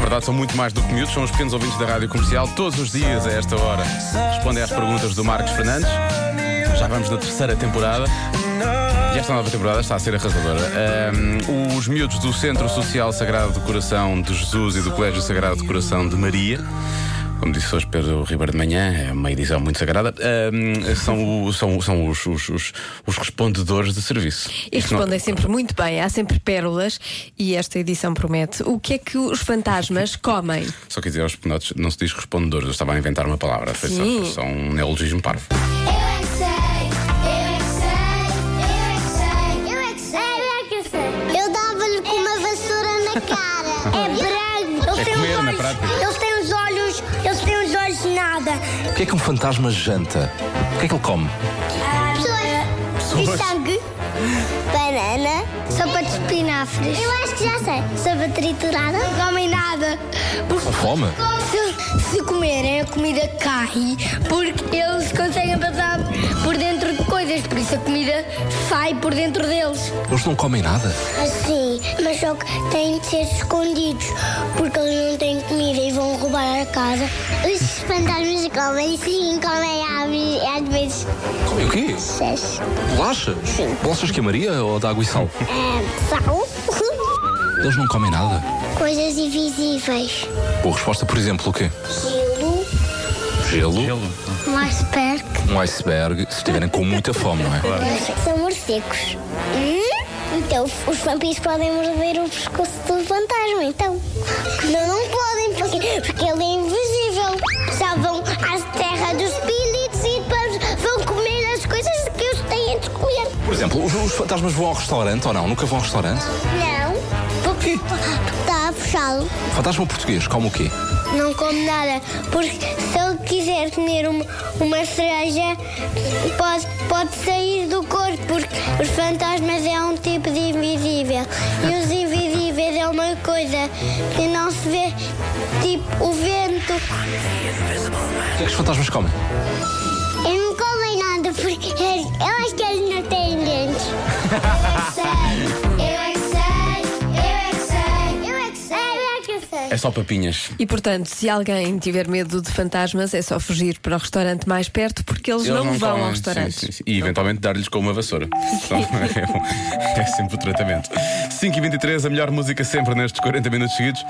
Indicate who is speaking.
Speaker 1: verdade, são muito mais do que miúdos, são os pequenos ouvintes da rádio comercial, todos os dias a esta hora. Respondem às perguntas do Marcos Fernandes. Então Já vamos na terceira temporada. E esta nova temporada está a ser arrasadora. Ahm, os miúdos do Centro Social Sagrado do Coração de Jesus e do Colégio Sagrado do Coração de Maria. Como disse hoje Pedro Ribeiro de Manhã, é uma edição muito sagrada. ahm, são o- são, são os, os, os- os respondedores de serviço.
Speaker 2: E
Speaker 1: Isto não- é
Speaker 2: respondem sempre muito bem, há sempre pérolas e esta edição promete. O que é que os fantasmas comem?
Speaker 1: Só quer dizer aos penotes, não se diz respondedores, eu estava a inventar uma palavra. Foi só,
Speaker 2: Sim.
Speaker 1: só um neologismo parvo.
Speaker 3: Eu é que sei, eu é que sei, eu é que sei, eu é que sei, eu é que sei. Eu dava-lhe com uma vassoura na cara. É branco.
Speaker 1: É tem
Speaker 3: Ele tem
Speaker 1: comer, uns
Speaker 3: os
Speaker 1: na olhos- prática.
Speaker 3: olhos. Ele tem os olhos. Ele tem os olhos nada.
Speaker 4: O que é que um fantasma janta? O que é que ele come?
Speaker 3: Pessoas. E sangue. Banana. Sopa de espinafres. Eu acho que já sei. Sopa triturada. Não comem nada.
Speaker 4: Com fome?
Speaker 3: Se, se comerem, a comida cai porque eles conseguem passar por dentro de coisas, por isso a comida sai por dentro deles.
Speaker 4: Eles não comem nada.
Speaker 3: Assim, mas só que têm de ser escondidos porque eles não têm comida e vão roubar a casa. Os fantasmas comem, sim, comem aves e às vezes
Speaker 4: Comem o quê?
Speaker 3: peixes.
Speaker 4: Bolachas? Bolachas que a Maria ou da água e sal?
Speaker 3: É, sal,
Speaker 4: Eles não comem nada.
Speaker 3: coisas invisíveis.
Speaker 4: Boa resposta, por exemplo, o quê?
Speaker 3: Gelo,
Speaker 4: Gelo,
Speaker 3: mais perto.
Speaker 4: um iceberg, se estiverem com muita fome, não é?
Speaker 3: São morcegos. Então, os vampiros podem morder o pescoço do fantasma, então. Não, não podem, porque, porque ele é invisível. Já vão à terra dos espíritos e depois vão comer as coisas que eles têm de comer.
Speaker 4: Por exemplo, os, os fantasmas vão ao restaurante ou não? Nunca vão ao restaurante?
Speaker 3: Não, porque está fechado.
Speaker 4: O fantasma português come o quê?
Speaker 3: Não come nada, porque se ele quiser comer uma, uma cereja, pode, pode sair do corpo, porque os fantasmas é um tipo de invisível. E os invisíveis é uma coisa que não se vê, tipo o vento.
Speaker 4: O que é que os fantasmas comem?
Speaker 3: Eu não comem nada, porque eu acho que eles não têm dentes. é Eu é que sei, eu é que sei, eu é que sei, eu é que sei, eu é que sei.
Speaker 1: É só papinhas.
Speaker 2: E portanto, se alguém tiver medo de fantasmas, é só fugir para o restaurante mais perto porque eles,
Speaker 1: Eles
Speaker 2: não, vão
Speaker 1: comem,
Speaker 2: ao restaurante.
Speaker 1: sim, sim, sim. E eventualmente dar-lhes com uma vassoura. Então, é, um- é sempre o tratamento. 5h23, a melhor música sempre nestes 40 minutos seguidos.